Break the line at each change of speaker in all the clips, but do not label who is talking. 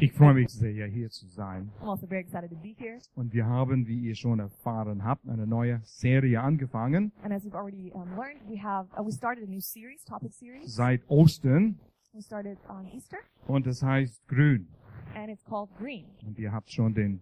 Ich freue mich sehr, hier zu sein.
I'm also very excited to be here.
Und wir haben, wie ihr schon erfahren habt, eine neue Serie angefangen.
And as we've already um, learned, we have uh, we started a new series, topic series.
Seit Ostern.
We started on Easter,
Und es heißt Grün.
and it's called Green.
Und ihr habt schon den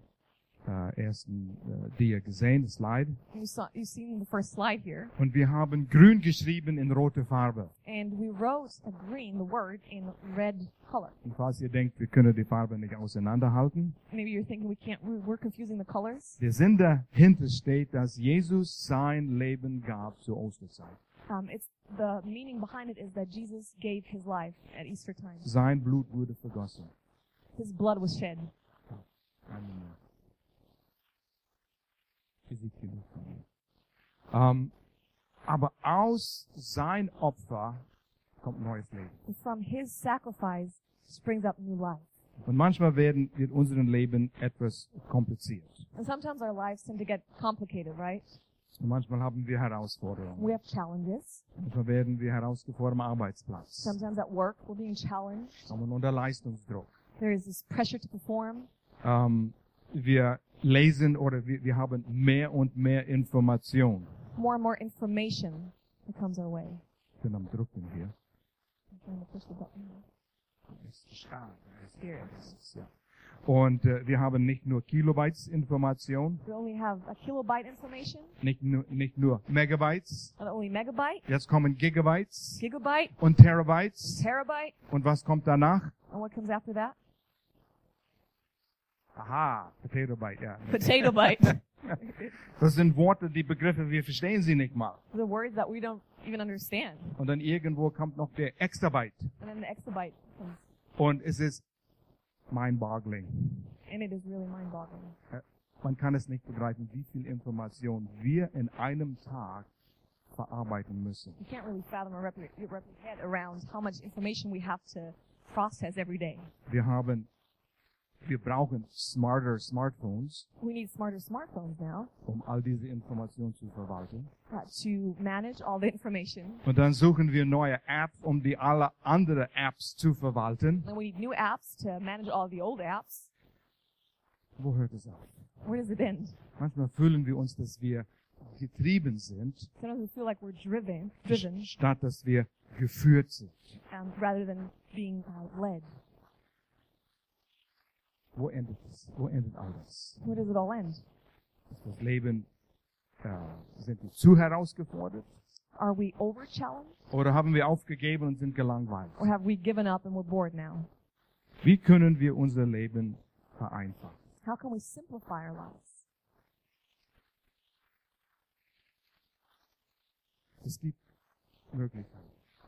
äh, ersten äh, Dia gesehen, das Slide.
You saw you've seen the first slide here,
Und wir haben Grün geschrieben in rote Farbe.
and we wrote a green, the word in red color.
Und falls ihr denkt, wir können die Farbe nicht auseinanderhalten,
Maybe you're thinking we can't we- we're confusing the colors.
der Sinn dahinter steht, dass Jesus sein Leben gab zur Osterzeit.
Um, it's the meaning behind it is that Jesus gave his life at Easter time.
Sein Blut wurde vergossen.
His blood was shed.
Amen. Physik genug von mir. Ähm, aber aus sein Opfer kommt neues Leben.
And from his sacrifice springs up new life.
Und manchmal werden wird unseren Leben etwas kompliziert.
And sometimes our lives tend to get complicated, right?
Und manchmal haben wir Herausforderungen.
We have challenges.
Manchmal werden wir herausgefordert am Arbeitsplatz.
Sometimes at work, we're being challenged.
Kommen unter Leistungsdruck.
There is this pressure to perform.
Ähm, wir lesen oder wir, wir haben mehr und mehr Information.
More and more information that comes our way.
Ich bin am Drucken hier.
I'm trying to push the button.
Es ist stark, es ist-
Spirit.
es ist- ja. Und äh, wir haben nicht nur Kilobytes Information,
We only have a kilobyte information,
nicht nur, nicht nur Megabytes.
not only megabyte,
Jetzt kommen Gigabytes
gigabyte,
und Terabytes.
terabyte,
Und was kommt danach?
and what comes after that?
Aha, Potato Byte, ja.
Potato bite.
Das sind Worte, die Begriffe, wir verstehen sie nicht mal.
the words that we don't even understand.
Und dann irgendwo kommt noch der Exabyte.
And then the exabyte comes,
Und es ist mind-boggling.
and it is really mind-boggling.
Man kann es nicht begreifen, wie viel Information wir in einem Tag verarbeiten müssen.
You can't really fathom or wrap your, your wrap your head around how much information we have to process every day.
Wir haben, wir brauchen smarter Smartphones,
We need smarter smartphones now
um all diese Informationen zu verwalten.
uh, to manage all the information.
Und dann suchen wir neue Apps, um die alle anderen Apps zu verwalten.
And we need new apps to manage all the old apps.
Wo hört es auf?
Where does it end?
Manchmal fühlen wir uns, dass wir getrieben sind,
Sometimes we feel like we're driven, driven
statt dass wir geführt sind.
um, rather than being uh, led.
Wo endet es? Wo endet alles?
Where does it all end?
Ist das Leben, äh, sind wir zu herausgefordert?
Are we over challenged
Oder haben wir aufgegeben und sind gelangweilt?
or have we given up and we're bored now?
Wie können wir unser Leben vereinfachen?
How can we simplify our lives?
Es gibt Möglichkeiten.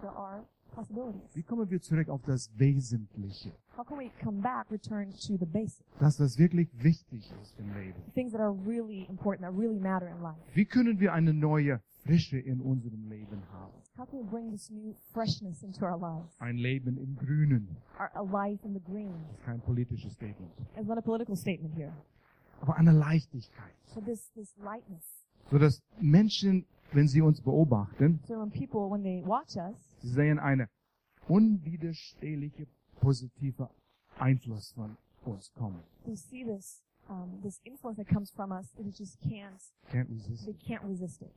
There are possibilities.
Wie kommen wir zurück auf das Wesentliche?
How can we come back, return to the basics?
Das, was wirklich wichtig ist im Leben.
things that are really important, that really matter in life.
Wie können wir eine neue Frische in unserem Leben haben?
How can we bring this new freshness into our lives?
Ein Leben im Grünen.
Our, a life in the green.
Das ist kein politisches Statement.
It's not a political statement here,
Aber eine Leichtigkeit.
but this, this lightness.
Sodass Menschen, wenn sie uns beobachten,
So when people, when they watch us,
sie sehen eine unwiderstehliche, positive Einfluss von uns kommen.
they see this, um, this influence that comes from us, and it just can't,
Can't resist.
they can't resist it.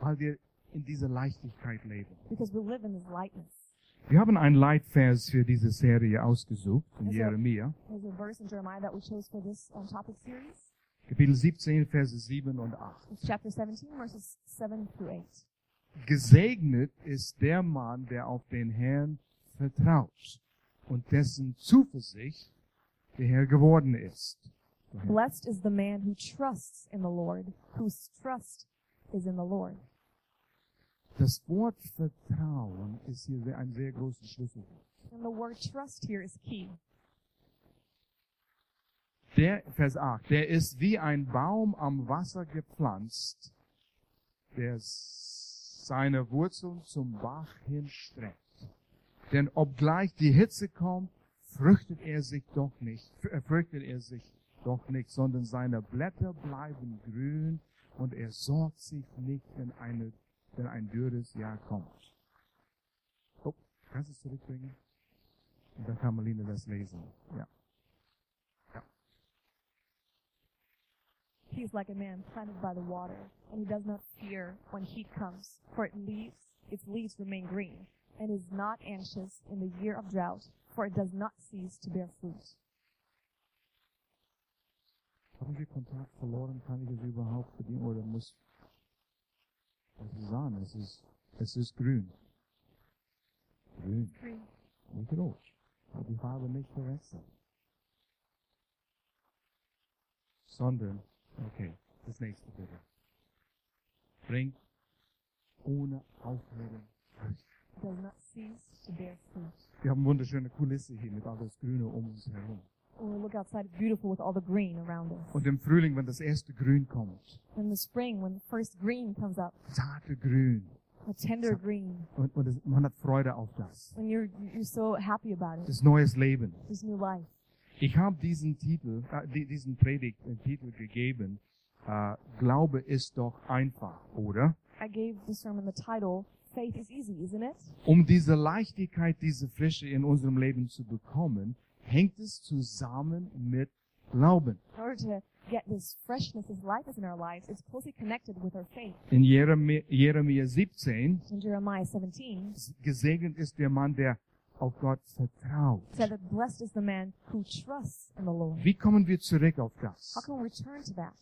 Weil wir in dieser Leichtigkeit leben.
Because we live in this lightness.
Wir haben einen Leitvers für diese Serie ausgesucht, von
Also-
Jeremia.
There's a verse in Jeremiah that we chose for this um, topic series.
Kapitel 17, Verse 7 und 8.
It's chapter 17, verses 7 through 8.
Gesegnet ist der Mann, der auf den Herrn vertraut und dessen Zuversicht der Herr geworden ist.
Blessed is the man who trusts in the Lord, whose trust is in the Lord.
Das Wort Vertrauen ist hier sehr- ein sehr großer Schlüssel.
And the word trust here is key.
Der, Vers 8, der ist wie ein Baum am Wasser gepflanzt, der s- seine Wurzeln zum Bach hinstreckt. Denn obgleich die Hitze kommt, fürchtet er sich doch nicht, f- fürchtet er sich doch nicht, sondern seine Blätter bleiben grün und er sorgt sich nicht, wenn, eine, wenn ein dürres Jahr kommt. Oh, kannst du es zurückbringen? Und dann kann Marlene das lesen. Ja.
He is like a man planted by the water, and he does not fear when heat comes, for it leaves, its leaves remain green, and is not anxious in the year of drought, for it does not cease to bear fruit.
Haben wir Kontakt verloren? Kann ich es überhaupt verdienen? Oder muss. Das ist Sahne, es ist, es ist grün. Grün, nicht rot. Aber die Farbe nicht verwechseln. Sondern, okay, das nächste bitte. Bringt ohne Aufhören. Frucht.
It does not cease to bear fruit.
Wir haben wunderschöne Kulisse hier mit all das Grüne um uns herum.
When we look outside, it's beautiful with all the green around us.
Und im Frühling, wenn das erste Grün kommt,
In the spring, when the first green comes up,
zarte Grün.
a tender green,
Und, und es, man hat Freude auf das.
when you're you're so happy about it,
Das neues Leben.
there's new life.
Ich habe diesen Titel, äh, di- diesen Predigt äh, Titel gegeben. Äh, Glaube ist doch einfach, oder?
I gave the sermon the title "Faith is Easy," isn't it?
Um diese Leichtigkeit, diese Frische in unserem Leben zu bekommen, hängt es zusammen mit Glauben.
In order to get this freshness, this lightness in our lives, it's closely connected with our faith.
In Jeremia, Jeremia 17
In Jeremiah 17, it
gesegnet ist der Mann, der auf Gott vertraut.
said that blessed is the man who trusts in the Lord.
Wie kommen wir zurück auf
How
das?
can we return to that?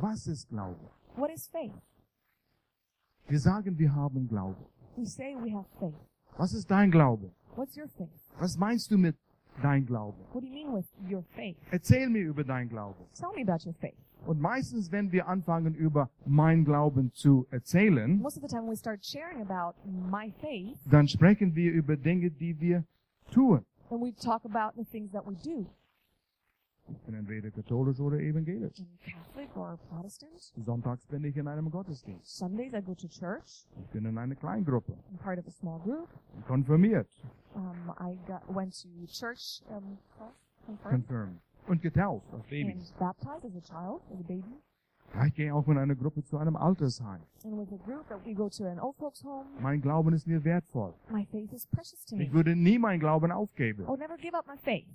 Was ist Glaube?
What is faith?
Wir sagen, wir haben Glaube.
We say we have faith.
Was ist dein Glaube?
What's your faith?
Was meinst du mit dein Glaube?
What do you mean with your faith?
Erzähl mir über dein Glaube.
Tell me about your faith.
Und meistens, wenn wir anfangen, über mein Glauben zu erzählen,
Most of the time, when we start sharing about my faith,
dann sprechen wir über Dinge, die wir tun.
then we talk about the things that we do.
Ich bin entweder katholisch oder evangelisch.
I'm Catholic or Protestant.
Sonntags bin ich in einem Gottesdienst.
Sundays, I go to church.
Ich bin in einer Kleingruppe.
I'm part of a small group.
Konfirmiert.
Um, I got, went to church um, class, confirmed,
Confirmed. Und getauft auf
and
Babys.
baptized as a child, as a baby.
Ja, Ich gehe auch in einer Gruppe zu einem Altersheim.
And with a group that we go to an old folks home,
Mein Glauben ist mir wertvoll.
my faith is precious to me.
Ich würde nie meinen Glauben aufgeben.
I would never give up my faith.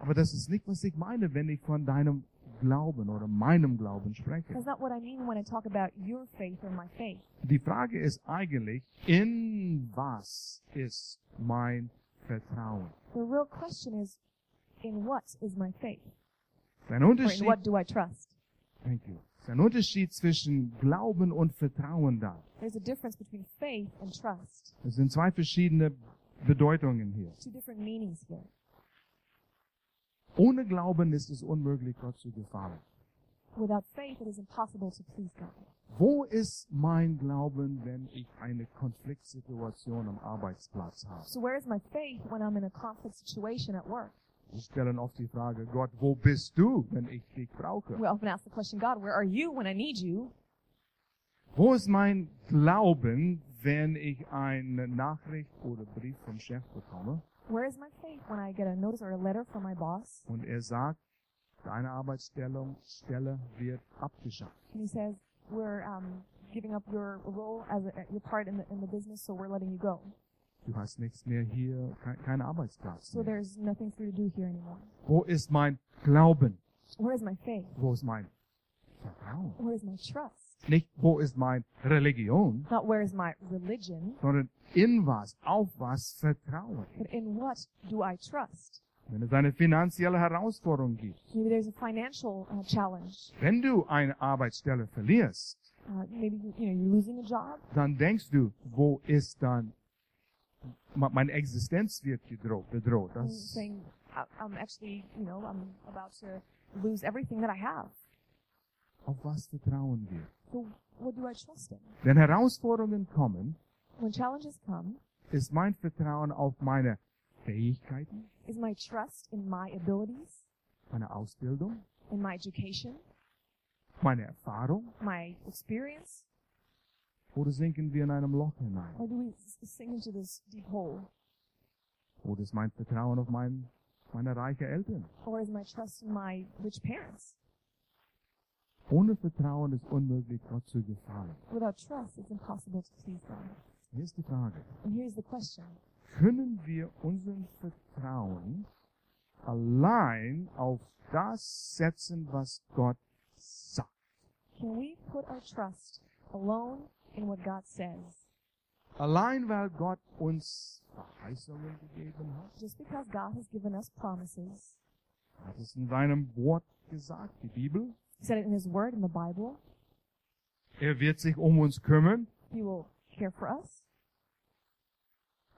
Aber das ist nicht, was ich meine, wenn ich von deinem Glauben oder meinem Glauben spreche.
That's not what I mean when I talk about your faith or my faith.
Die Frage ist eigentlich, in was ist mein Vertrauen?
The real question is, in what is my faith?
Es ist ein
Or in
Unterschied,
what do I trust?
thank you. Es ist ein Unterschied zwischen Glauben und Vertrauen da.
There's a difference between faith and trust.
Es sind zwei verschiedene Bedeutungen hier.
Two different meanings here.
Ohne Glauben ist es unmöglich, Gott zu gefallen.
Without faith, it is impossible to please God.
Wo ist mein Glauben, wenn ich eine Konfliktsituation am Arbeitsplatz habe?
So where is my faith when I'm in a conflict situation at work?
Wir stellen oft die Frage, Gott, wo bist du, wenn ich dich brauche?
We often ask the question, God, where are you when I need you?
Wo ist mein Glauben, wenn ich eine Nachricht oder Brief vom Chef bekomme
Where is my faith when I get a notice or a letter from my boss
und er sagt, deine Arbeitsstellung Stelle wird abgeschafft?
and he says, we're um, giving up your role as a, your part in the, in the business, so we're letting you go.
Du hast nichts mehr hier, kein, kein Arbeitsplatz.
So
Mehr.
there's nothing for you to do here anymore.
Wo ist mein Glauben?
Where is my faith?
Wo ist mein Vertrauen?
Where is my trust?
Nicht wo ist mein Religion,
Not where is my religion,
sondern in was, auf was vertraue ich.
but in what do I trust?
Wenn es eine finanzielle Herausforderung gibt,
Maybe there's a financial uh, challenge.
wenn du eine Arbeitsstelle verlierst,
Uh, maybe you, you know you're losing a job.
dann denkst du, wo ist dann me- meine Existenz wird gedroht, bedroht.
and
Das,
saying, "I- I'm actually, you know, I'm about to lose everything that I have.
auf was vertrauen wir?
So what do I trust in?
Wenn Herausforderungen kommen,
When challenges come,
ist mein Vertrauen auf meine Fähigkeiten,
is my trust in my abilities,
meine Ausbildung,
in my education,
meine Erfahrung
my experience,
oder sinken wir in einem Loch hinein?
or do we s- sink into this deep hole?
Oder ist mein Vertrauen auf mein, meine reichen Eltern?
Or is my trust in my rich parents?
Ohne Vertrauen ist unmöglich, Gott zu gefallen.
Without trust, it's impossible to please God.
Hier ist die Frage.
And here's the question.
können wir unseren Vertrauen allein auf das setzen, was Gott sagt.
Can we put our trust alone in what God says?
Allein weil Gott uns Verheißungen gegeben hat,
Just because God has given us promises,
hat es in seinem Wort gesagt, die Bibel.
He said it in His Word in the Bible.
Er wird sich um uns kümmern.
He will care for us.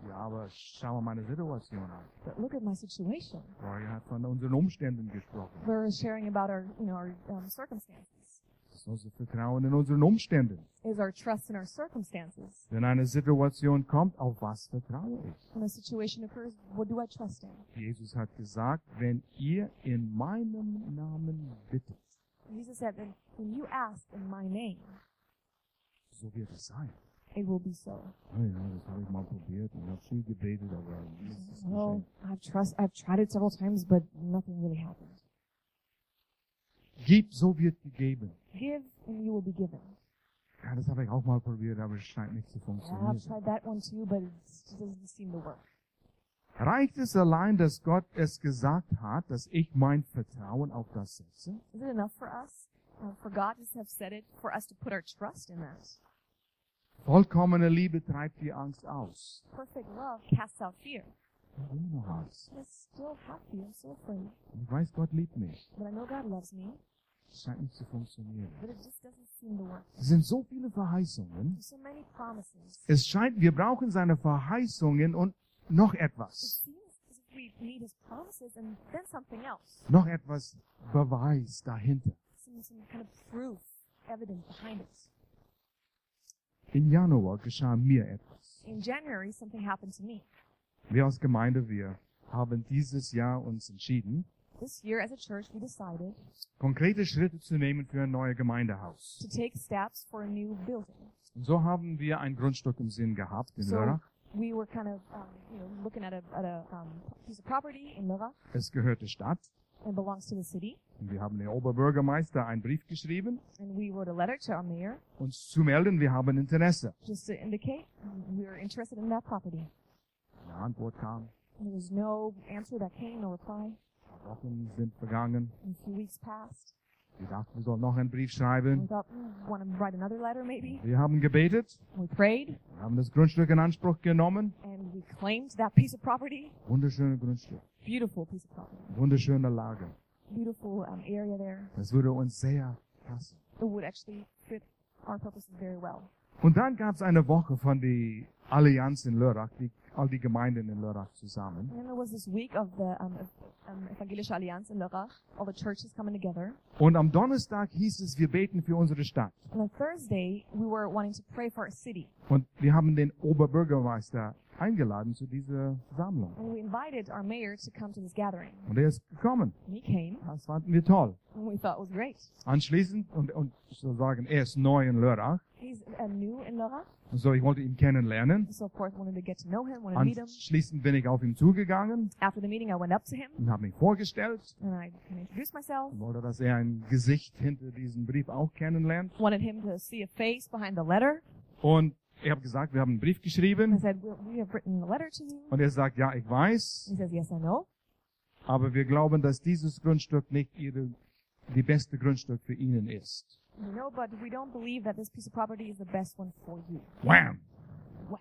Ja, aber schau mal meine Situation an.
But look at my situation.
Gloria hat von unseren Umständen gesprochen.
We're sharing about our, you know, our um, circumstances.
Das ist unser Vertrauen in unseren Umständen.
Is our trust in our circumstances?
Wenn eine Situation kommt, auf was vertraue ich?
When a situation occurs, what do I trust in?
Jesus hat gesagt, wenn ihr in meinem Namen bittet,
Jesus said, "Then when you ask in my name,
so wird es sein.
it will be so.
Ah ja, das habe ich mal probiert und habe viel gebetet, aber das ist nicht
Well, I've trust, I've tried it several times, but nothing really happened.
schlecht. Gib, so wird gegeben.
Give and you will be given.
Ja, das habe ich auch mal probiert, aber es scheint nicht zu
Yeah,
funktionieren.
I've tried that one too, but it's- it doesn't seem to work.
Reicht es allein, dass Gott es gesagt hat, dass ich mein Vertrauen auf das setze?
Is it enough for us, uh, for God to have said it, for us to put our trust in that?
Vollkommene Liebe treibt die Angst aus.
Perfect love casts out fear.
Ja, Immer noch Angst.
I still have fear. I'm still afraid,
Ich weiß, Gott liebt mich.
but I know God loves me.
Es scheint nicht zu funktionieren.
But it just doesn't seem to work.
Es sind so viele Verheißungen.
There's so many promises.
Es scheint, wir brauchen seine Verheißungen und noch
It
etwas.
seems as if we need His promises and then something else,
Noch etwas Beweis dahinter.
some some kind of proof, evidence behind it.
Im Januar geschah mir etwas.
In January, something happened to me.
Wir als Gemeinde, wir haben dieses Jahr uns entschieden,
This year, as a church, we decided
konkrete Schritte zu nehmen für ein neues Gemeindehaus.
to take steps for a new building.
Und so haben wir ein Grundstück im Sinn gehabt in
So
Lörrach.
we were kind of, um, you know, looking at a, at a um, piece of property in Lörrach
Es gehörte Stadt.
and belongs to the city.
Und wir haben dem Oberbürgermeister einen Brief geschrieben,
And we wrote a letter to our mayor
uns zu melden, wir haben Interesse.
just to indicate we were interested in that property.
Eine Antwort kam.
There was no answer that came, no reply.
Ein paar Wochen sind vergangen.
And a few weeks passed.
Wir dachten, wir sollen noch einen Brief
And we
schreiben.
thought, want to write another letter maybe?
Wir haben gebetet,
We prayed
wir haben das Grundstück in Anspruch genommen.
and we claimed that piece of property.
Wunderschönes Grundstück,
Beautiful piece of property.
wunderschöne Lage.
Beautiful um, area there.
Das würde uns sehr passen.
It would actually fit our purposes very well.
Und dann gab es eine Woche von der Allianz in Lörrach, die, all die Gemeinden in Lörrach zusammen.
And then there was this week of the um, of, um, Evangelische Allianz in Lörrach, all the churches coming together.
Und am Donnerstag hieß es, wir beten für unsere Stadt.
And on Thursday, we were wanting to pray for our city.
Und wir haben den Oberbürgermeister eingeladen zu dieser Versammlung.
And we invited our mayor to come to this gathering.
Und er ist gekommen.
And he came,
Das fanden wir toll.
and we thought it was great.
Anschließend, und, und sozusagen, er ist neu in Lörrach.
He's uh, new in Lörrach,
Und so, ich wollte ihn kennenlernen.
so of course wanted to get to know him, wanted to meet him.
Anschließend bin ich auf ihn zugegangen
After the meeting, I went up to him,
und habe mich vorgestellt.
and I kinda introduced myself.
Ich wollte, dass er ein Gesicht hinter diesem Brief auch kennenlernt.
Wanted him to see a face behind the letter.
Und ich habe gesagt, wir haben einen Brief
I
geschrieben.
said, we, we have written a letter to you.
Und er sagt, ja, ich weiß,
He says, yes, I know.
aber wir glauben, dass dieses Grundstück nicht ihre, die beste Grundstück für Ihnen ist.
We know, but we don't believe that this piece of property is the best one for you.
Wham!
Wow.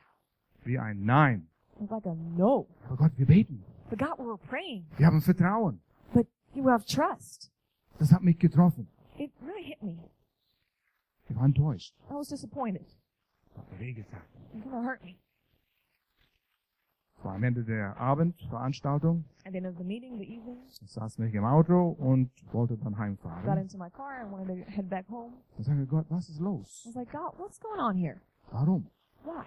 Wie ein Nein.
It was like a no.
Aber Gott, wir beten.
But God, we were praying.
Wir haben Vertrauen.
But you have trust.
Das hat mich getroffen.
It really hit me.
Ich war enttäuscht.
I was disappointed.
Hat mir weh gesagt.
It kind of hurt me.
Es war am Ende der Abendveranstaltung.
At the end of the meeting, the evening,
Ich saß mich im Auto und wollte dann heimfahren.
got into my car and wanted to head back home.
Dann sagen wir Gott, was ist
I
los?
was like, God, what's going on here?
Warum?
Why?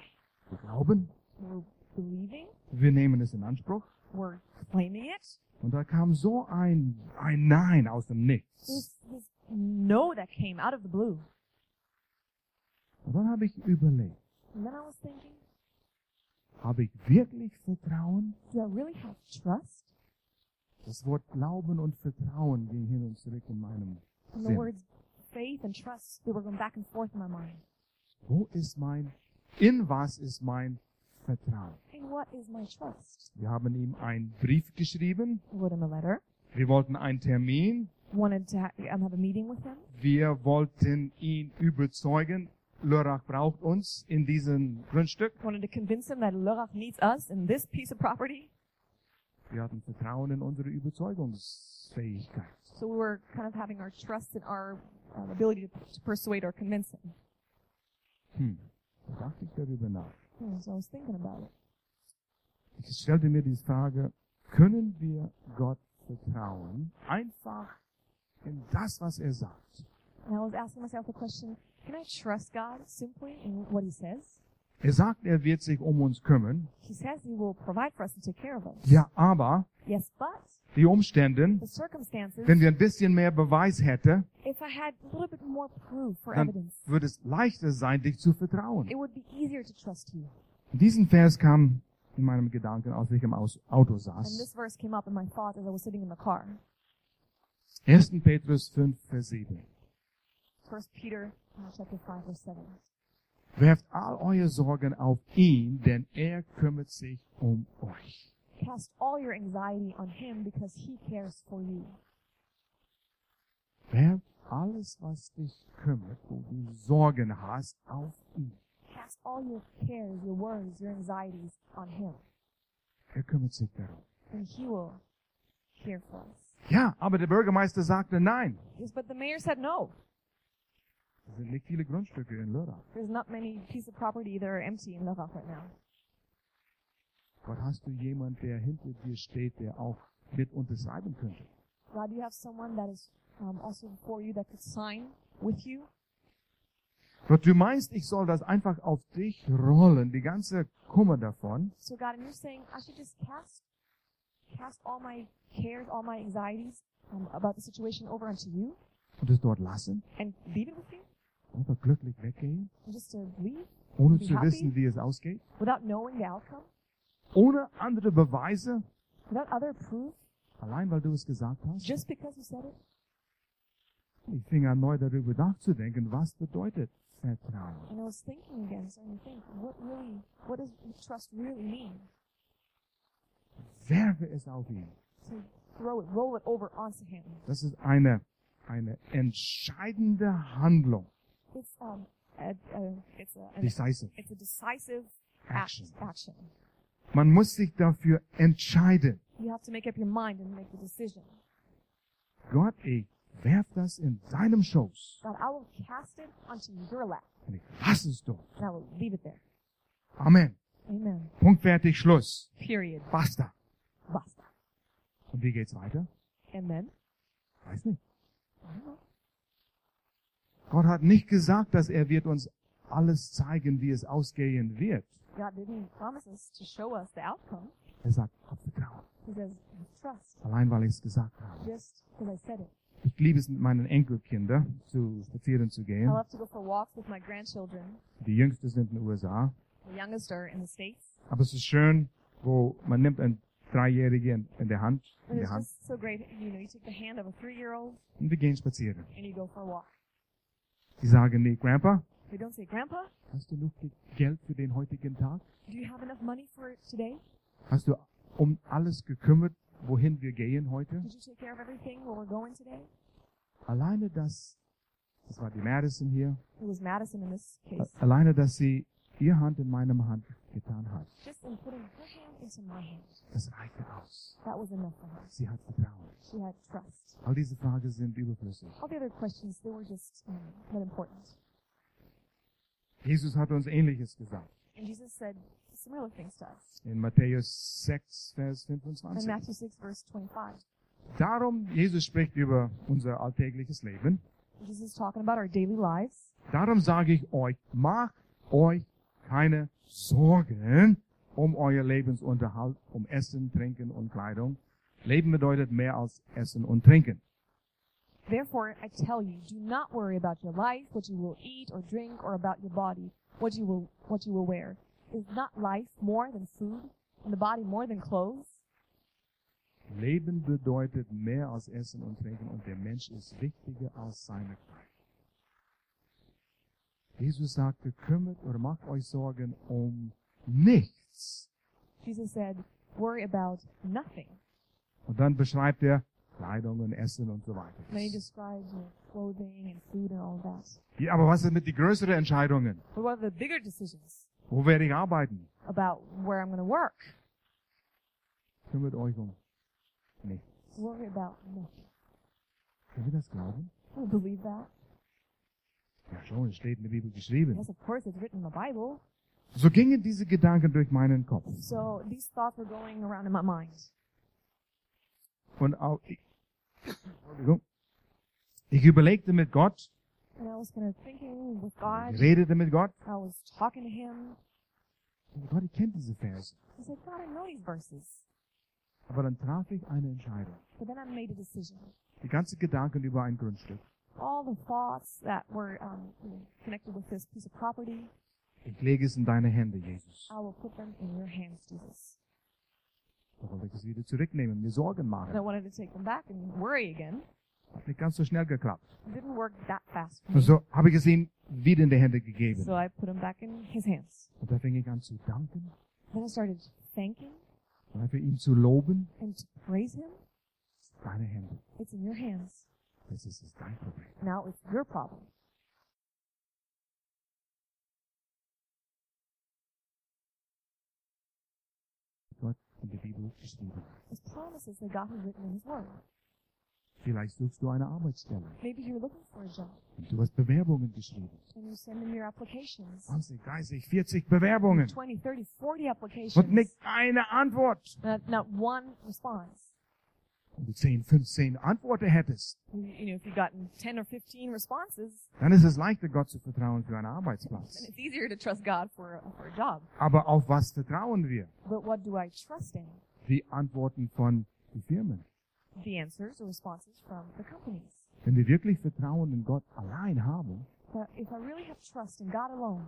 Wir glauben,
We're believing.
wir nehmen es in Anspruch.
We're claiming it.
Und da kam so ein, ein Nein aus dem
This,
Nichts.
this no that came out of the blue.
Und dann habe ich überlegt,
And then I was thinking,
habe ich wirklich Vertrauen?
do I really have trust?
Das Wort Glauben und Vertrauen ging hin und zurück in meinem
And the
Sinn.
words faith and trust, they were going back and forth in my mind.
Wo ist mein, in was ist mein Vertrauen?
And what is my trust?
Wir haben ihm einen Brief geschrieben.
I wrote him a letter.
Wir wollten einen Termin.
wanted to ha- um, have a meeting with him.
Wir wollten ihn überzeugen. Lörrach braucht uns in diesem Grundstück.
Wanted to convince him that Lörrach needs us in this piece of property.
Wir hatten Vertrauen in unsere Überzeugungsfähigkeit.
So we were kind of having our trust in our um, ability to, to persuade or convince him.
Hm. Da dachte ich darüber nach.
Hmm, so I was thinking about it.
Ich stellte mir die Frage, können wir Gott vertrauen? Einfach in das, was er sagt.
And I was asking myself the question, can I trust God simply in what he says?
Er sagt, er wird sich um uns kümmern.
He says he will provide for us and take care of us.
Ja, aber
Yes, but
die Umstände,
the circumstances,
wenn wir ein bisschen mehr Beweis hätte,
if I had a little bit more proof or
dann
evidence,
würde es leichter sein, dich zu vertrauen.
it would be easier to trust you.
Diesen Vers kam in meinem Gedanken, als ich im Aus- Auto
And this
saß.
verse came up in my thoughts as I was sitting in the car.
1. Petrus 5, Vers 7.
First Peter uh, chapter 5 verse 7.
Werft all eure Sorgen auf ihn, denn er kümmert sich um euch.
Cast all your anxiety on him because he cares for you.
Werf alles, was dich kümmert, wo du Sorgen hast, auf ihn.
Cast all your cares, your worries, your anxieties on him.
Er kümmert sich darum.
And he will care for us.
Ja, aber der Bürgermeister sagte nein.
Yes, but the mayor said no.
Es sind nicht viele Grundstücke in Lörrach.
There's not many pieces of property that are empty in Lörrach right now.
Gott, hast du jemand, der hinter dir steht, der auch mit unterschreiben könnte?
God, you have someone that is um, also for you that could sign with you.
Gott, du meinst, ich soll das einfach auf dich rollen, die ganze Kummer davon?
So God, and you're saying I should just cast cast all my cares, all my anxieties um, about the situation over onto you
und es dort lassen,
and leave it with you?
einfach glücklich weggehen,
And just to leave?
ohne
Be
zu
happy.
wissen, wie es ausgeht,
without knowing the outcome,
ohne andere Beweise,
without other proof,
allein weil du es gesagt hast.
just because you said it.
Ich fing an, neu darüber nachzudenken, was bedeutet Vertrauen.
And I was thinking again, starting to think, what really, what does trust really mean?
Werfe es auf ihn.
So throw it, roll it over onto him.
Das ist eine, eine entscheidende Handlung,
It's um, a, a, it's a, an,
decisive
it's a decisive act,
action.
action.
Man muss sich dafür entscheiden.
You have to make up your mind and make the decision.
Gott, ich werf das in deinem Schoß
God, I will cast it onto your lap,
und ich lass es dort.
and I will leave it there.
Amen.
Amen.
Punkt fertig, Schluss.
Period.
Basta.
Basta.
Und wie geht's weiter?
And then,
Weiß nicht.
I don't know.
Gott hat nicht gesagt, dass er wird uns alles zeigen, wie es ausgehen wird.
God didn't promise us to show us the outcome.
Er sagt, hab Vertrauen.
He says, trust.
Allein, weil ich es gesagt habe.
just because I said it.
Ich liebe es, mit meinen Enkelkindern zu spazieren zu
I
gehen.
love to go for walks with my grandchildren.
Die Jüngste sind in den USA.
The youngest are in the States.
Aber es ist schön, wo man nimmt einen Dreijährigen in der Hand, in
And
der
it's
Hand,
just so great. You know, you take the hand of a three-year-old
und wir gehen spazieren.
and you go for a walk.
Die sagen, nee, Grandpa,
They don't say, Grandpa,
hast du noch Geld für den heutigen Tag?
do you have enough money for today?
Hast du um alles gekümmert, wohin wir gehen heute?
Did you take care of everything where we're going today?
Alleine das, das war die Madison hier,
It was Madison in this case.
A- Alleine, dass sie ihre Hand in meinem Hand getan hat,
Just in putting her hand into my hand,
das reichte aus.
that was enough for her.
Sie hat Vertrauen.
She had trust.
All diese Fragen sind überflüssig.
All the other questions, they were just um, not important.
Jesus hat uns Ähnliches gesagt.
And Jesus said similar things to us.
In Matthäus 6, Vers
In
25.
Matthew 6, verse 25,
Darum, Jesus spricht über unser alltägliches Leben.
Jesus is talking about our daily lives.
Darum sage ich euch, macht euch keine Sorgen um euer Lebensunterhalt, um Essen, Trinken und Kleidung. Leben bedeutet mehr als Essen und Trinken.
Therefore, I tell you, do not worry about your life, what you will eat or drink, or about your body, what you will, what you will wear. Is not life more than food, and the body more than clothes?
Leben bedeutet mehr als Essen und Trinken und der Mensch ist wichtiger als seine Kleidung. Jesus sagte, kümmert oder macht euch Sorgen um nichts.
Jesus said, worry about nothing.
Und dann beschreibt er, Kleidungen, Essen und so weiter
Then he
ist.
describes you know, clothing and food and all that.
Ja, aber was ist mit den größeren Entscheidungen?
But what are the bigger decisions
Wo werde ich arbeiten?
about where I'm going to work?
Kümmert euch um nichts.
Worry about nothing.
Können wir das glauben?
I don't believe that.
Ja schon, es steht in der Bibel geschrieben.
Yes, of course, it's written in the Bible.
So gingen diese Gedanken durch meinen Kopf.
So these thoughts were going around in my mind.
Und auch ich, Entschuldigung. ich überlegte mit Gott,
And I was kind of thinking with
ich
God.
redete mit Gott.
I was talking to him.
Und Gott, ich kenne diese Verse.
I said, God, I know these verses.
Aber dann traf ich eine Entscheidung.
But then I made a decision.
Die ganzen Gedanken über ein Grundstück.
All the thoughts that were um, you know, connected with this piece of property,
Ich lege es in deine Hände, Jesus.
I will put them in your hands, Jesus.
Da wollte ich es wieder zurücknehmen, mir Sorgen
And I
machen.
wanted to take them back and worry again.
Hat nicht ganz so schnell geklappt.
It didn't work that fast for
Und
me.
so habe ich es ihm wieder in die Hände gegeben.
So I put them back in his hands.
Und da fing ich an zu danken
Then I started thanking
und dann für ihn zu loben.
and to praise him.
Deine Hände.
It's in your hands.
Das ist es, dein Problem.
Now it's your problem.
Gott in der Bibel geschrieben.
His promises that God has written in his word.
Vielleicht suchst du eine Arbeitsstelle.
Maybe you're looking for a job
Und du hast Bewerbungen geschrieben.
and you send in your applications.
20, 30, 40 Bewerbungen.
20, 30, 40 applications.
Und nicht eine Antwort.
Not, not one response.
Wenn du 10, 15 Antworten hättest,
You you know, if you've gotten 10 or 15 responses,
dann ist es leichter, Gott zu vertrauen für einen
then
Arbeitsplatz.
it's easier to trust God for a, for a job.
Aber auf was vertrauen wir?
But what do I trust in?
Die Antworten von den Firmen.
The answers or responses from the companies.
Wenn wir wirklich Vertrauen in Gott allein haben,
But if I really have trust in God alone,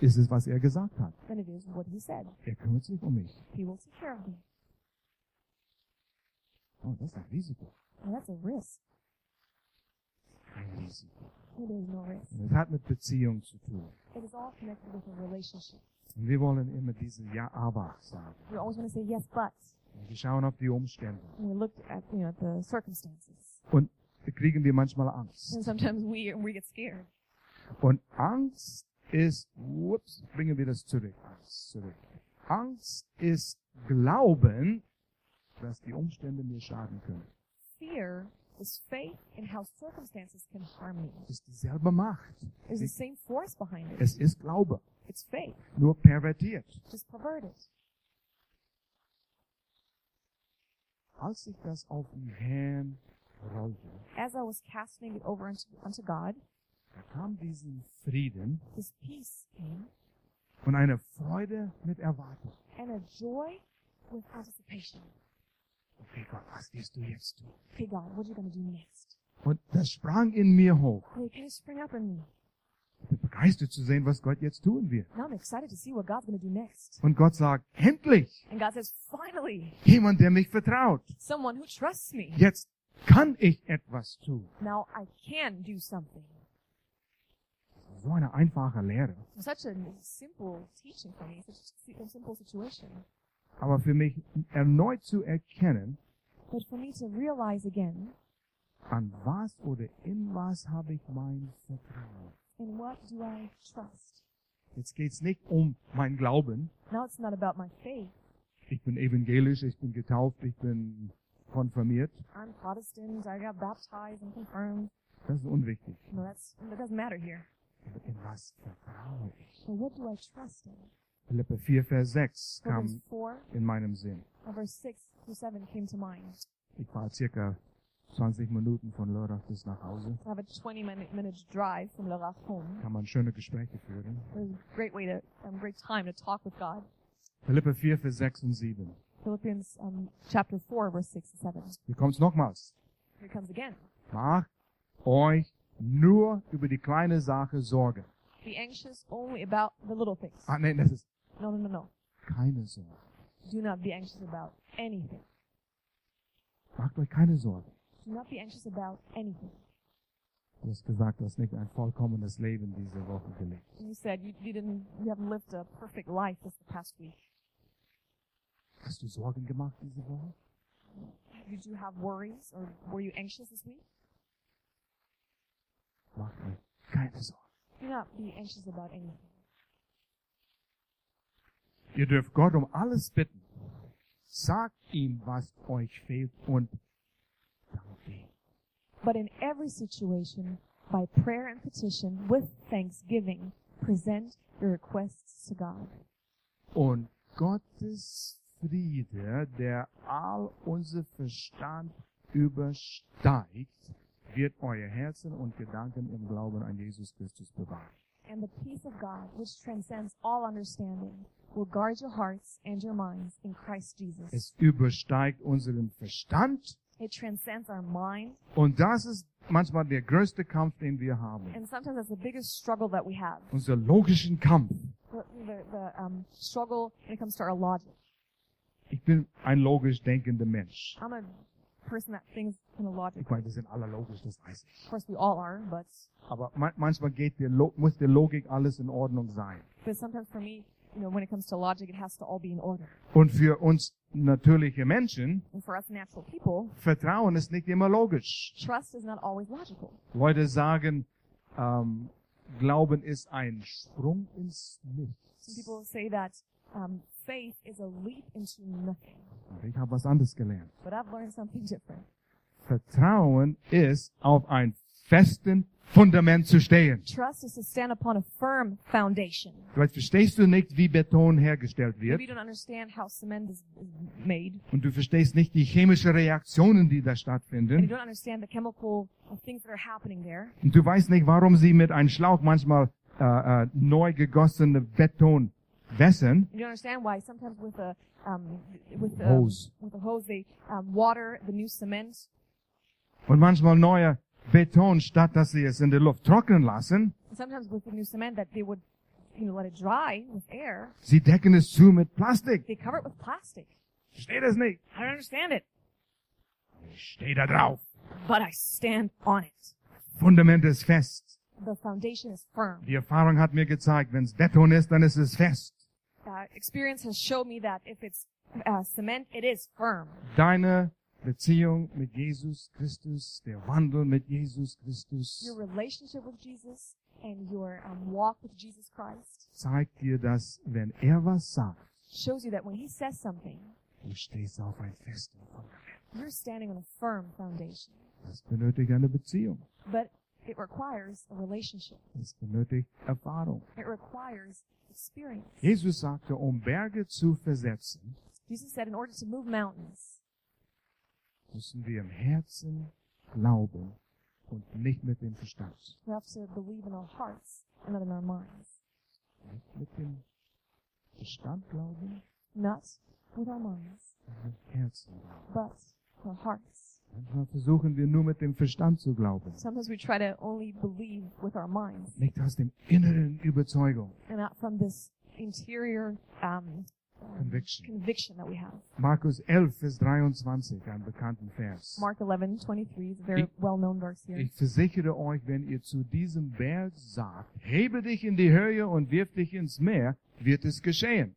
ist es, was er gesagt hat.
then it is what He said.
Er kümmert sich um mich.
He will take care of me.
Oh, das ist ein Risiko.
And that's a risk.
Ein Risiko.
It is no risk.
Und es hat mit Beziehung zu tun.
It is all connected with a relationship.
Und wir wollen immer diese Ja, aber sagen.
We always want to say yes, but.
Und Wir schauen auf die Umstände.
And we look at, you know, at the circumstances.
Und da kriegen wir manchmal Angst.
And sometimes we, we get scared.
Und Angst ist, ups, bringen wir das zurück. Angst, zurück. Angst ist Glauben, dass die Umstände mir schaden können.
Fear is faith in how circumstances can harm me.
Es ist dieselbe Macht.
There's the same force behind it.
Es ist Glaube,
It's faith,
nur pervertiert.
just perverted.
Als ich das auf den Herrn rollte,
As I was casting it over unto, unto God,
da kam diesen Frieden
this peace came
und eine Freude mit Erwartung.
and a joy with anticipation.
Okay, Gott, was wirst du jetzt tun?
Okay, God, what are you going to do next?
Und das sprang in mir hoch.
And it kind of sprang up in me.
Ich bin begeistert zu sehen, was Gott jetzt tun wird.
Now I'm excited to see what God's going to do next.
Und Gott sagt, endlich
And God says, finally,
jemand, der mich vertraut.
someone who trusts me.
Jetzt kann ich etwas tun.
Now I can do something.
So eine einfache Lehre.
Such a simple teaching for me, such a si- a simple situation.
Aber für mich erneut zu erkennen,
But for me to realize again,
an was oder in was habe ich mein Vertrauen.
in what do I trust?
Jetzt geht's nicht um mein Glauben.
Now it's not about my faith.
Ich bin evangelisch, ich bin getauft, ich bin konfirmiert.
I'm Protestant, I got baptized and confirmed.
Das ist unwichtig.
No, that's that doesn't matter here.
Aber in was vertraue ich?
But what do I trust in?
Philippe 4, Vers 6
Proverbs
kam
four,
in meinem Sinn.
uh, verse six through seven came to mind.
Ich war circa 20 Minuten von Lörrach bis nach Hause.
I have a 20 minute, minute drive from Lorach home.
Kann man schöne Gespräche führen.
It was a great way to, um, great time to talk with God.
Philippe 4, Vers 6 und 7.
Philippians um, chapter four, verse six and seven.
Hier kommt's nochmals.
Here it comes again.
Macht euch nur über die kleine Sache Sorge.
Be anxious only about the little things.
Ah, nein, das ist
No, no, no, no.
keine Sorge.
Do not be anxious about anything.
Macht euch keine Sorge.
Do not be anxious about anything.
Du hast gesagt, du hast nicht ein vollkommenes Leben diese Woche gelebt.
And you said you, you didn't, you haven't lived a perfect life this past week.
Hast du Sorgen gemacht diese Woche?
Have you Did you have worries or were you anxious this week?
Macht euch keine Sorgen.
Do not be anxious about anything.
Ihr dürft Gott um alles bitten. Sagt ihm, was euch fehlt und dankt ihm.
But in every situation, by prayer and petition, with thanksgiving, present your requests to God.
Und Gottes Friede, der all unser Verstand übersteigt, wird euer Herzen und Gedanken im Glauben an Jesus Christus bewahren.
And the peace of God, which transcends all understanding, will guard your hearts and your minds in Christ Jesus.
Es übersteigt unseren Verstand
It transcends our mind,
und das ist manchmal der größte Kampf, den wir haben.
and sometimes that's the biggest struggle that we have.
Unser logischen Kampf.
The, the, the um, struggle when it comes to our logic.
Ich bin ein logisch denkender Mensch.
I'm a person that thinks in a logic.
Ich meine, wir sind alle logisch, das weiß ich.
Of course, we all are, but
Aber ma manchmal geht der Lo muss der Logik alles in Ordnung sein.
but sometimes for me, you know, when it comes to logic, it has to all be in order.
Und für uns natürliche Menschen,
And for us natural people,
Vertrauen ist nicht immer logisch.
trust is not always logical.
Leute sagen, ähm, Glauben ist ein Sprung ins
Some
Nichts.
people say that um, faith is a leap into nothing,
Aber ich habe was anderes gelernt.
but I've learned something different.
Vertrauen ist, auf einem festen Fundament zu stehen.
Trust is to stand upon a firm foundation.
Vielleicht verstehst du nicht, wie Beton hergestellt
Maybe
wird
you don't understand how cement is is made,
und du verstehst nicht die chemischen Reaktionen, die da
and you
stattfinden
don't understand the chemical uh, things that are happening there.
und du weißt nicht, warum sie mit einem Schlauch manchmal äh, äh, neu gegossene Beton wässern.
You don't understand why sometimes with a um, with a
Hose.
with a hose they um, water the new cement
und manchmal neuer Beton, statt dass sie es in der Luft trocknen lassen.
And sometimes with the new cement that they would, you know, let it dry with air,
Sie decken es zu mit Plastik.
they cover it with plastic.
Versteht es nicht?
I don't understand it,
Ich stehe da drauf.
but I stand on it.
Fundament ist fest.
The foundation is firm.
Die Erfahrung hat mir gezeigt, wenn es Beton ist, dann ist es fest.
Uh, experience has shown me that if it's uh, cement, it is firm.
Deine Beziehung mit Jesus Christus, der Wandel mit Jesus
Your
Christus,
relationship with Jesus and your um, walk with Jesus Christ
zeigt dir, dass wenn er was sagt,
shows you that when He says something,
du stehst auf einem festen Fundament.
you're standing on a firm foundation.
Das benötigt eine Beziehung.
But it requires a relationship.
Das benötigt Erfahrung.
It requires experience.
Jesus sagte, um Berge zu versetzen,
Jesus said, in order to move mountains,
müssen wir im Herzen glauben und nicht mit dem Verstand,
We have to believe in our hearts and not in our minds.
nicht mit dem Verstand glauben,
Not with our minds,
sondern mit dem Herzen glauben.
but with our hearts.
Manchmal versuchen wir nur mit dem Verstand zu glauben,
Sometimes we try to only believe with our minds
nicht aus dem inneren Überzeugung.
and not from this interior um, um,
Conviction.
conviction that we have.
Markus 11, Vers 23, einen bekannten Vers.
Mark 11, 23 is a very
Ich-
well-known verse here.
Ich versichere euch, wenn ihr zu diesem Berg sagt, hebe dich in die Höhe und wirf dich ins Meer, wird es geschehen.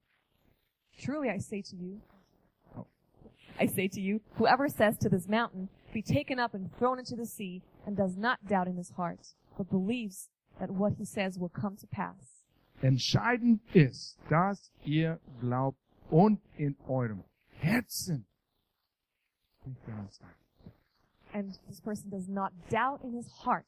Truly I say to you,
Oh.
I say to you, whoever says to this mountain, be taken up and thrown into the sea, and does not doubt in his heart, but believes that what he says will come to pass,
Entscheidend ist, dass ihr glaubt und in eurem Herzen. nicht ganz sagt.
and this person does not doubt in his heart,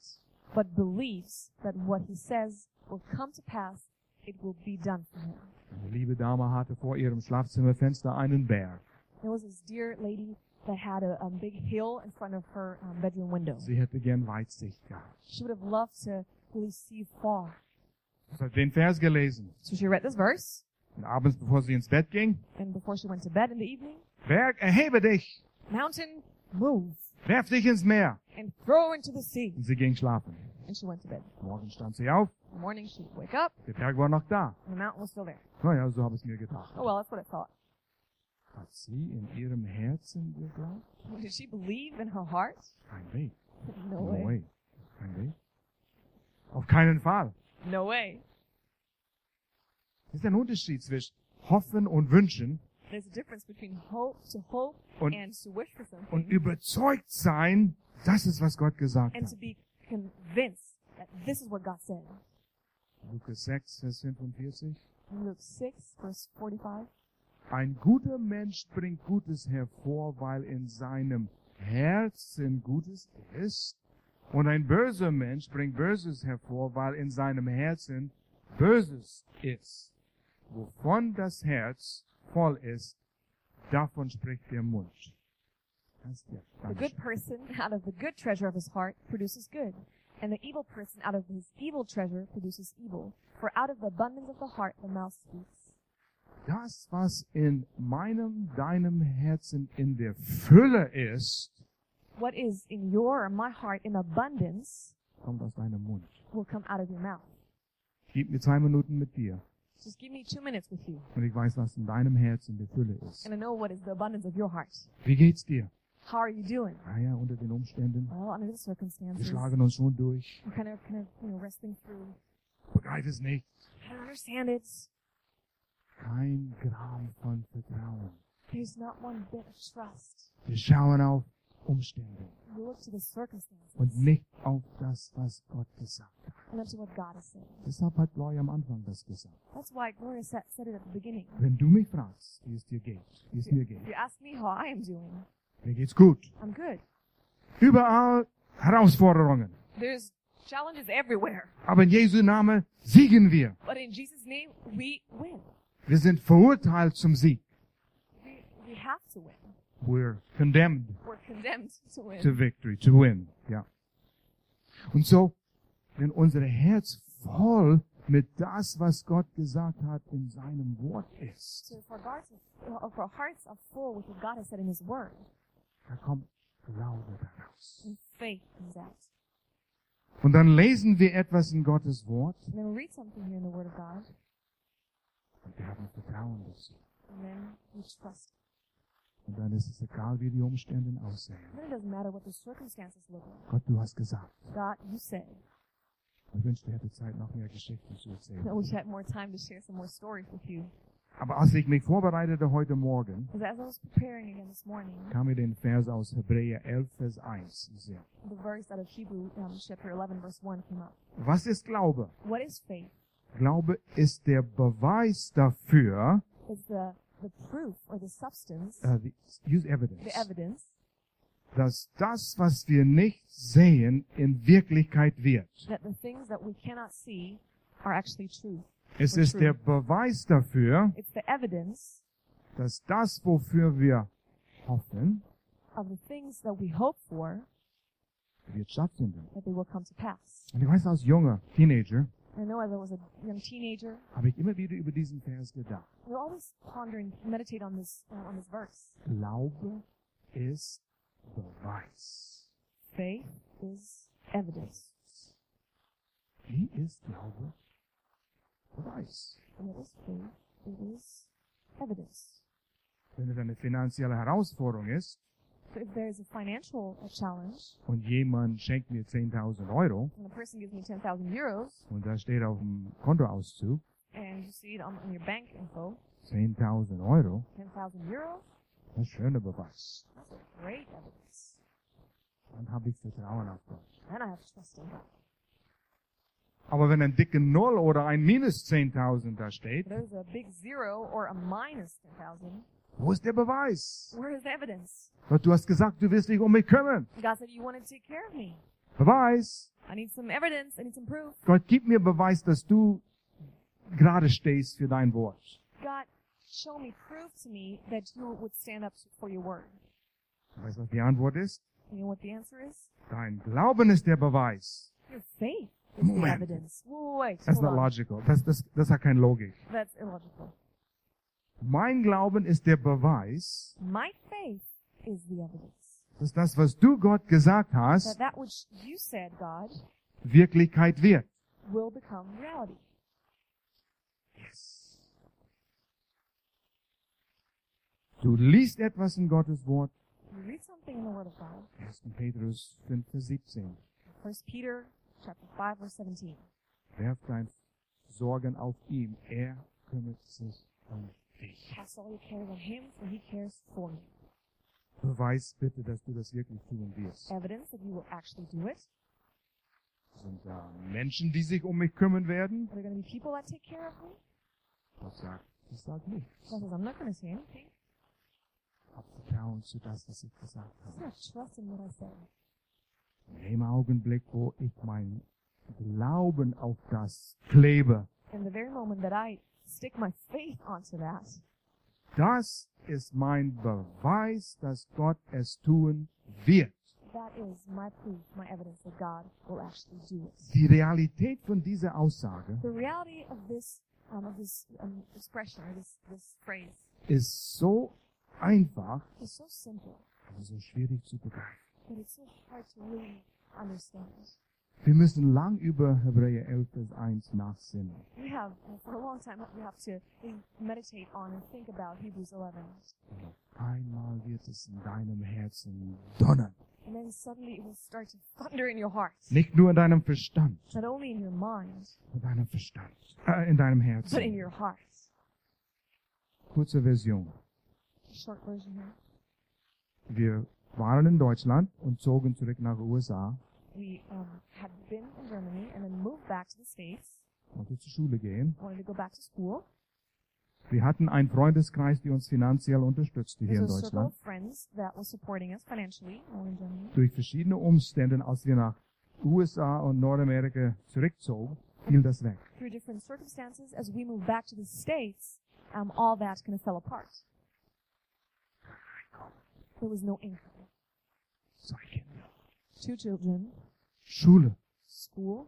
but believes that what he says will come to pass, it will be done for him.
Eine liebe Dame hatte vor ihrem Schlafzimmerfenster einen Berg.
There was this dear lady that had a, um big hill in front of her um, bedroom window.
Sie hätte gern Weitsicht gehabt.
She would have loved to really see far.
Sie hat den Vers gelesen.
So she read this verse,
Und abends, bevor sie ins Bett ging,
and before she went to bed in the evening,
Berg, erhebe dich,
mountain, move,
werf dich ins Meer.
and throw into the sea.
Und sie ging schlafen.
And she went to bed.
Morgen stand sie auf,
In the morning, she'd wake up,
der Berg war noch da.
and the mountain was still there.
Naja, so habe ich mir gedacht.
Oh well, that's what I thought.
Hat sie in ihrem Herzen geglaubt?
Did she believe in her heart?
Kein Weg.
No
No
way.
way. Kein Weg. Auf keinen Fall.
No way.
Das ist ein Unterschied zwischen hoffen und wünschen
There's a difference between hope to hope
Und-
and to wish for something
und überzeugt sein, das ist, was Gott gesagt
and to
hat.
be convinced that this is what God said.
Lukas 6, Vers 45.
Luke 6, verse 45.
Ein guter Mensch bringt Gutes hervor, weil in seinem Herzen Gutes ist. Und ein böser Mensch bringt Böses hervor, weil in seinem Herzen Böses ist. Wovon das Herz voll ist, davon spricht der Mund. Das ist der
The
Fleisch.
good person out of the good treasure of his heart produces good, and the evil person out of his evil treasure produces evil. For out of the abundance of the heart the mouth speaks.
Das, was in meinem, deinem Herzen in der Fülle ist,
What is in your or my heart in abundance
kommt aus deinem Mund.
will come out of your mouth.
Gib mir zwei Minuten mit dir
Just give me two minutes with you,
und ich weiß, was in deinem Herzen der Fülle ist.
and I know what is the abundance of your heart.
Wie geht's dir?
How are you doing?
Naja, unter den Umständen.
Well, under the
Wir
circumstances, we're
schlagen uns schon durch.
kind of, kind of, you know, wrestling through.
Begreif es nicht.
I don't understand it.
Kein Gramm von Vertrauen.
There's not one bit of trust.
Wir schauen auf Umstände
You look to the circumstances,
und nicht auf das, was Gott gesagt hat.
and not to what God is saying.
Deshalb hat Gloria am Anfang das gesagt.
That's why Gloria said, said it at the beginning.
Wenn du mich fragst, wie es dir geht, wie es mir
If
geht,
you ask me how I am doing,
mir geht's gut.
I'm good.
Überall Herausforderungen.
There's challenges everywhere,
Aber in Jesu Namen siegen wir.
but in Jesus' name, we win.
Wir sind verurteilt zum Sieg.
We, we have to win.
We're condemned
We're condemned to win.
to victory, to win. Ja. Und so, wenn unser Herz voll mit das, was Gott gesagt hat, in seinem Wort ist,
So if our, guards, uh, if our hearts are full with what God has said in His Word,
da kommt Glaube daraus.
and faith comes out.
Und dann lesen wir etwas in Gottes Wort
And then we read something here in the Word of God,
und wir haben Vertrauen dazu.
and then we trust.
Und dann ist es egal, wie die Umstände aussehen.
And then it doesn't matter what the circumstances look like.
Gott, du hast gesagt.
God, you said.
Ich wünschte, ich hätte Zeit, noch mehr Geschichten zu erzählen.
I wish I had more time to share some more stories with you.
Aber als ich mich vorbereitete heute Morgen,
Because as I was preparing again this morning,
kam mir den Vers aus Hebräer 11, Vers 1 sehr.
the verse out of Hebrew um, chapter 11, verse 1 came up.
Was ist Glaube?
What is faith?
Glaube ist der Beweis dafür,
It's the, the proof or the substance,
äh, the- use evidence,
the evidence,
dass das, was wir nicht sehen, in Wirklichkeit wird.
that the things that we cannot see are actually truth.
Es
Or
ist
true.
der Beweis dafür,
It's the evidence
dass das, wofür wir hoffen,
of the things that we hope for
wird stattfinden.
that they will come to pass.
Und ich weiß, als junger Teenager
I know as I was a young teenager,
habe ich immer wieder über diesen Vers gedacht.
we always ponder and meditate on this uh, on this verse.
Glaube ist Beweis.
Faith is evidence,
Wie ist Glaube? Beweis.
and it is faith. It is evidence.
Wenn es eine finanzielle Herausforderung ist
So if there is a financial uh, challenge,
und jemand schenkt mir 10.000 Euro
and the person gives me ten thousand euros,
und da steht auf dem Kontoauszug
and you see it on, on your bank info,
10.000 Euro,
ten thousand euros,
das ist schöner Beweis.
that's a great evidence.
Dann habe ich Vertrauen auf Gott.
And I have trust in God.
Aber wenn ein dicker Null oder ein Minus 10.000 da steht,
But there's a big zero or a minus ten thousand.
wo ist der Beweis?
Where is the evidence?
Gott, du hast gesagt, du wirst dich um mich kümmern.
God said you want to take care of me.
Beweis.
I need some evidence. I need some proof.
Gott, gib mir Beweis, dass du gerade stehst für dein Wort.
God, show me, prove to me that you would stand up for your word.
Weißt du, was die Antwort ist?
You know what the answer is?
Dein Glauben ist der Beweis.
Your faith is the
Moment.
evidence. Whoa, wait,
That's
hold
not
on.
logical. Das, das, das hat keine Logik.
That's illogical.
Mein Glauben ist der Beweis,
My faith is the evidence
dass das, was du Gott gesagt
that
hast,
that which you said, God,
Wirklichkeit wird.
will become reality.
Du liest etwas in Gottes Wort,
You read something in the Word of God,
1. Petrus 5, Vers 17.
First Peter chapter five verse seventeen.
Werf dein Sorgen auf ihm, er kümmert sich um dich.
Cast all your cares on him, for he cares for you.
Beweis bitte, dass du das wirklich tun wirst.
Evidence that you will actually do it.
Sind da Menschen, die sich um mich kümmern werden?
Are there going to be people that take care of me?
Das sagt, das sagt nichts.
God says, I'm not going to say anything.
Hab Vertrauen zu das, was ich gesagt
Just
habe.
not trust in what I say.
In dem Augenblick, wo ich mein Glauben auf das klebe,
In the very moment that I stick my faith onto that,
das ist mein Beweis, dass Gott es tun wird.
that is my proof, my evidence that God will actually do it.
Die Realität von dieser Aussage
The reality of this, um, of this um, expression, or this, this phrase,
ist so einfach,
is so simple,
aber so schwierig zu begreifen.
but it's so hard to really understand.
Wir müssen lang über Hebräer 11, Vers 1 nachsinnen.
We have, uh, for a long time, we have to really meditate on and think about Hebrews 11.
Und auf einmal wird es in deinem Herzen donnern.
And then suddenly it will start to thunder in your heart.
Nicht nur in deinem Verstand,
Not only in your mind,
in deinem Verstand, äh, in deinem
but in
Herzen.
your heart.
Kurze Version.
Short version here.
Wir waren in Deutschland und zogen zurück nach USA.
We um, had been in Germany and then moved back to the States.
Wollte zur Schule gehen.
Wanted to go back to school.
Wir hatten einen Freundeskreis, der uns finanziell unterstützte hier
There's
in
a circle
Deutschland.
of friends that was supporting us financially while in Germany.
Durch verschiedene Umstände, als wir nach USA und Nordamerika zurückzogen, fiel das weg.
Through different circumstances, as we moved back to the States, um, all that kind of fell apart. There was no income.
Zwei Kinder.
Two children,
Schule.
school.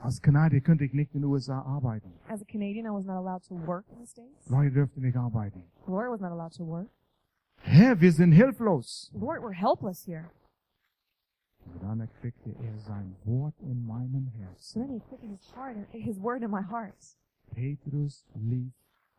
Als Kanadier könnte ich nicht in den USA arbeiten.
As a Canadian, I was not allowed to work in the States.
Leute dürften nicht arbeiten.
Lord was not allowed to work.
Hä, wir sind hilflos.
Lord, we're helpless here.
Und dann erquickte er sein Wort in meinem
So
Herzen.
then he quickened his heart, and his word in my heart.
Petrus lief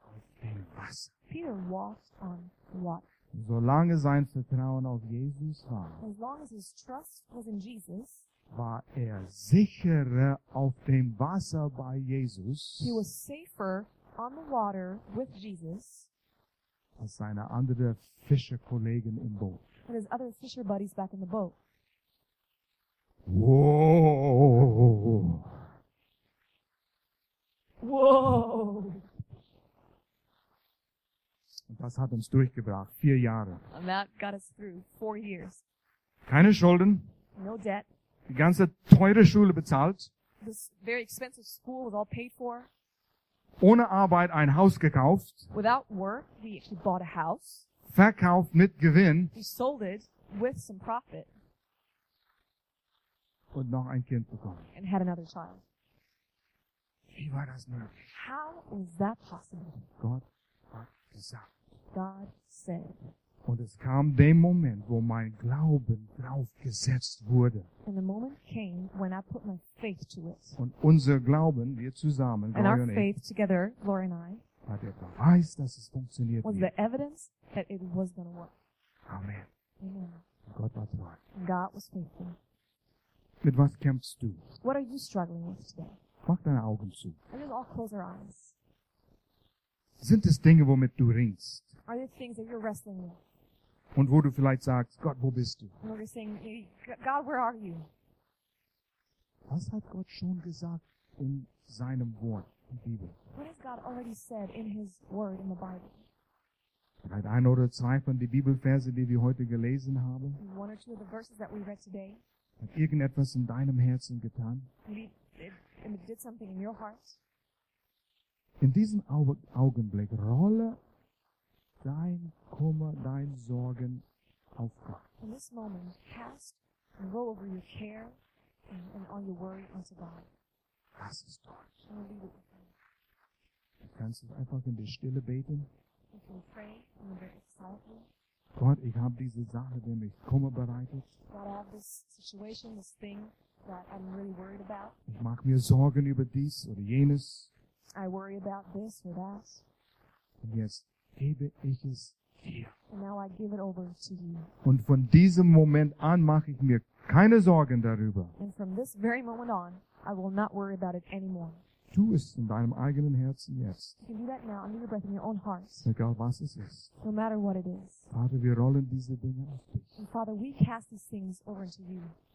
auf dem Wasser.
Peter walked on water.
Solange sein Vertrauen auf Jesus war,
As long as his trust was in Jesus,
war er sicherer auf dem Wasser bei Jesus
he was safer on the water with Jesus
als seine andere Fischerkollegen im Boot.
than his other fisher buddies back in the boat.
Wow.
Whoa!
Und das hat uns durchgebracht. Vier Jahre.
And that got us through four years.
Keine Schulden.
No debt.
Die ganze teure Schule bezahlt.
This very expensive school was all paid for.
ohne Arbeit ein Haus gekauft,
Without work, we actually bought a house.
verkauft mit Gewinn
We sold it with some profit
und noch ein Kind bekommen.
and had another child.
Wie war das möglich?
How was that possible?
Gott hat gesagt.
God said.
Und es kam dem Moment, wo mein Glauben draufgesetzt wurde.
And the moment came when I put my faith to it.
Und unser Glauben, wir zusammen,
And
Gloria
our
und ich,
faith together, Laura and I,
war der Beweis, dass es funktioniert.
was
wird.
the evidence that it was going to work.
Amen.
Amen.
Und Gott war treu.
And God was faithful.
Mit was kämpfst du?
What are you struggling with today?
Mach deine Augen zu.
And just all close our eyes.
Sind es Dinge, womit du ringst?
Are there things that you're wrestling with?
Und wo du vielleicht sagst, Gott, wo bist du?
And where you're saying, maybe, God, where are you?
Was hat Gott schon gesagt in seinem Wort, die Bibel?
What has God already said in His Word in the Bible?
Vielleicht ein oder zwei von den Bibelverse, die wir heute gelesen haben,
One or two of the verses that we read today,
hat irgendetwas in deinem Herzen getan?
maybe it, it did something in your heart.
In diesem Au Augenblick rolle dein Kummer, dein Sorgen auf Gott.
In this moment, cast and roll over your care and, and all your worry onto God.
Das ist dort.
And leave it with Him.
Du kannst es einfach in die Stille beten.
You can pray and you very silently.
Gott, ich habe diese Sache, die mich Kummer bereitet.
God, I have this situation, this thing that I'm really worried about.
Ich mache mir Sorgen über dies oder jenes.
I worry about this or that.
Und jetzt gebe ich es dir.
And now I give it over to you.
Und von diesem Moment an mache ich mir keine Sorgen darüber.
And from this very moment on, I will not worry about it anymore.
Tu es in deinem eigenen Herzen jetzt,
You can do that now under your breath in your own heart,
egal was es ist.
no matter what it is.
Vater, wir rollen diese Dinge auf dich.
And Father, we cast these things over into you.